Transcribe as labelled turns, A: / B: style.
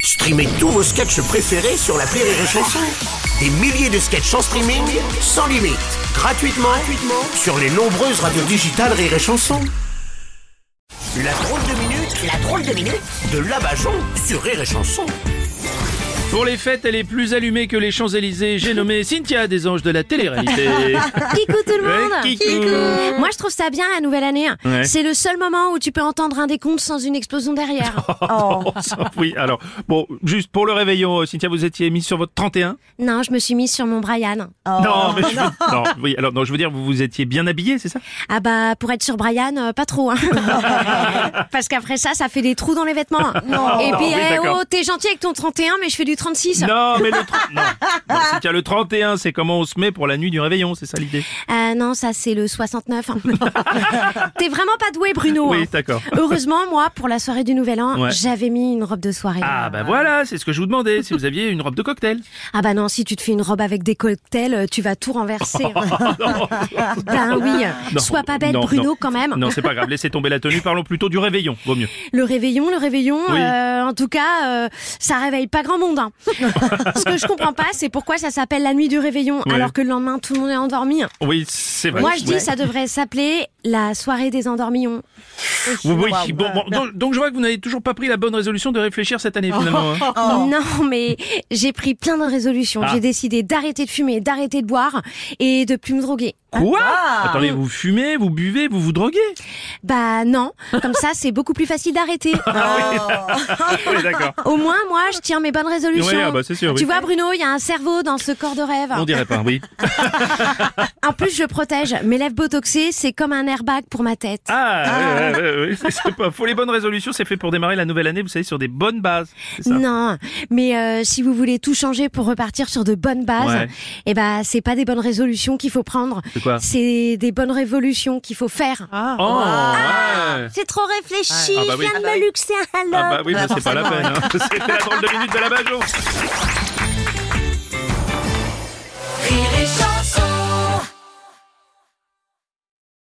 A: Streamez tous vos sketchs préférés sur la Rire et Chanson. Des milliers de sketchs en streaming, sans limite, gratuitement, gratuitement sur les nombreuses radios digitales Rire et Chanson. La drôle de minute, la drôle de minute de Labajon sur Rire et Chanson.
B: Pour les fêtes, elle est plus allumée que les Champs-Élysées. J'ai nommé Cynthia des anges de la télé-réalité.
C: Kikou tout le
B: Ouais,
C: monde
B: kikou.
C: Moi je trouve ça bien la nouvelle année. hein.
B: Ouais.
C: C'est le seul moment où tu peux entendre un décompte sans une explosion derrière.
B: Oh. oui, alors, bon, juste pour le réveillon, euh, Cynthia, vous étiez mise sur votre 31
C: Non, je me suis mise sur mon Brian.
B: Oh, Non, mais je veux... non, oui, alors, non, je veux dire, vous vous étiez bien habillée, c'est ça
C: Ah bah pour être sur Brian, euh, pas trop. hein. Parce qu'après ça, ça fait des trous dans les vêtements. Et
B: Non,
C: puis,
B: oui,
C: eh,
B: d'accord.
C: oh, t'es gentil avec ton 31, mais je fais du 36.
B: Non, mais le... tr- Non. Non, Cynthia, le 31, c'est comment on se met pour la nuit du réveillon, c'est ça l'idée
C: Ah non, ça c'est le 69. hein. T'es vraiment pas doué, Bruno.
B: Oui,
C: hein.
B: d'accord.
C: Heureusement, moi, pour la soirée du Nouvel An,
B: Ouais.
C: j'avais mis une robe de soirée.
B: Ah, bah voilà, c'est ce que je vous demandais, si vous aviez une robe de cocktail.
C: Ah bah non, si tu te fais une robe avec des cocktails, euh, tu vas tout renverser. ben oui,
B: Ah, Non,
C: sois pas belle
B: non,
C: Bruno
B: non.
C: quand même.
B: Non, c'est pas grave, laissez tomber la tenue, parlons plutôt du réveillon, vaut mieux.
C: Le réveillon, le réveillon,
B: Oui.
C: euh, en tout cas, euh, ça réveille pas grand monde. hein. Ce que je comprends pas, c'est pourquoi ça s'appelle la nuit du réveillon,
B: Ouais.
C: alors que le lendemain tout le monde est endormi.
B: Oui, c'est vrai.
C: Moi je dis
B: Ouais.
C: ça devrait s'appeler la soirée des endormillons.
B: Oui, oui, bon, bon, donc, donc je vois que vous n'avez toujours pas pris la bonne résolution de réfléchir cette année finalement. hein.
C: Non mais j'ai pris plein de résolutions.
B: Ah.
C: J'ai décidé d'arrêter de fumer, d'arrêter de boire et de plus me droguer.
B: Quoi Attendez, vous fumez, vous buvez, vous vous droguez
C: Bah non, comme ça c'est beaucoup plus facile d'arrêter.
B: Ah. Oui, d'accord.
C: Au moins, moi, je tiens mes bonnes résolutions.
B: Ouais, ah bah, c'est sûr, oui.
C: Tu vois, Bruno, il y a un cerveau dans ce corps de rêve.
B: On dirait pas, oui.
C: En plus, je protège. Mes lèvres botoxées, c'est comme un airbag pour ma tête.
B: Ah, ouais, ouais, ouais, ouais, c'est- c'est pas faux. Les bonnes résolutions, c'est fait pour démarrer la nouvelle année, vous savez, sur des bonnes bases. C'est ça.
C: Non, mais euh, si vous voulez tout changer pour repartir sur de bonnes bases,
B: Ouais.
C: eh ben c'est pas des bonnes résolutions qu'il faut prendre.
B: C'est quoi
C: C'est des bonnes révolutions qu'il faut faire.
B: Oh, ouais.
C: J'ai trop réfléchi,
B: Ah bah oui. bah
C: je viens de me luxer un
B: Ah bah oui, bah, c'est pas la peine. hein. C'était la drôle de minute de la Bajon.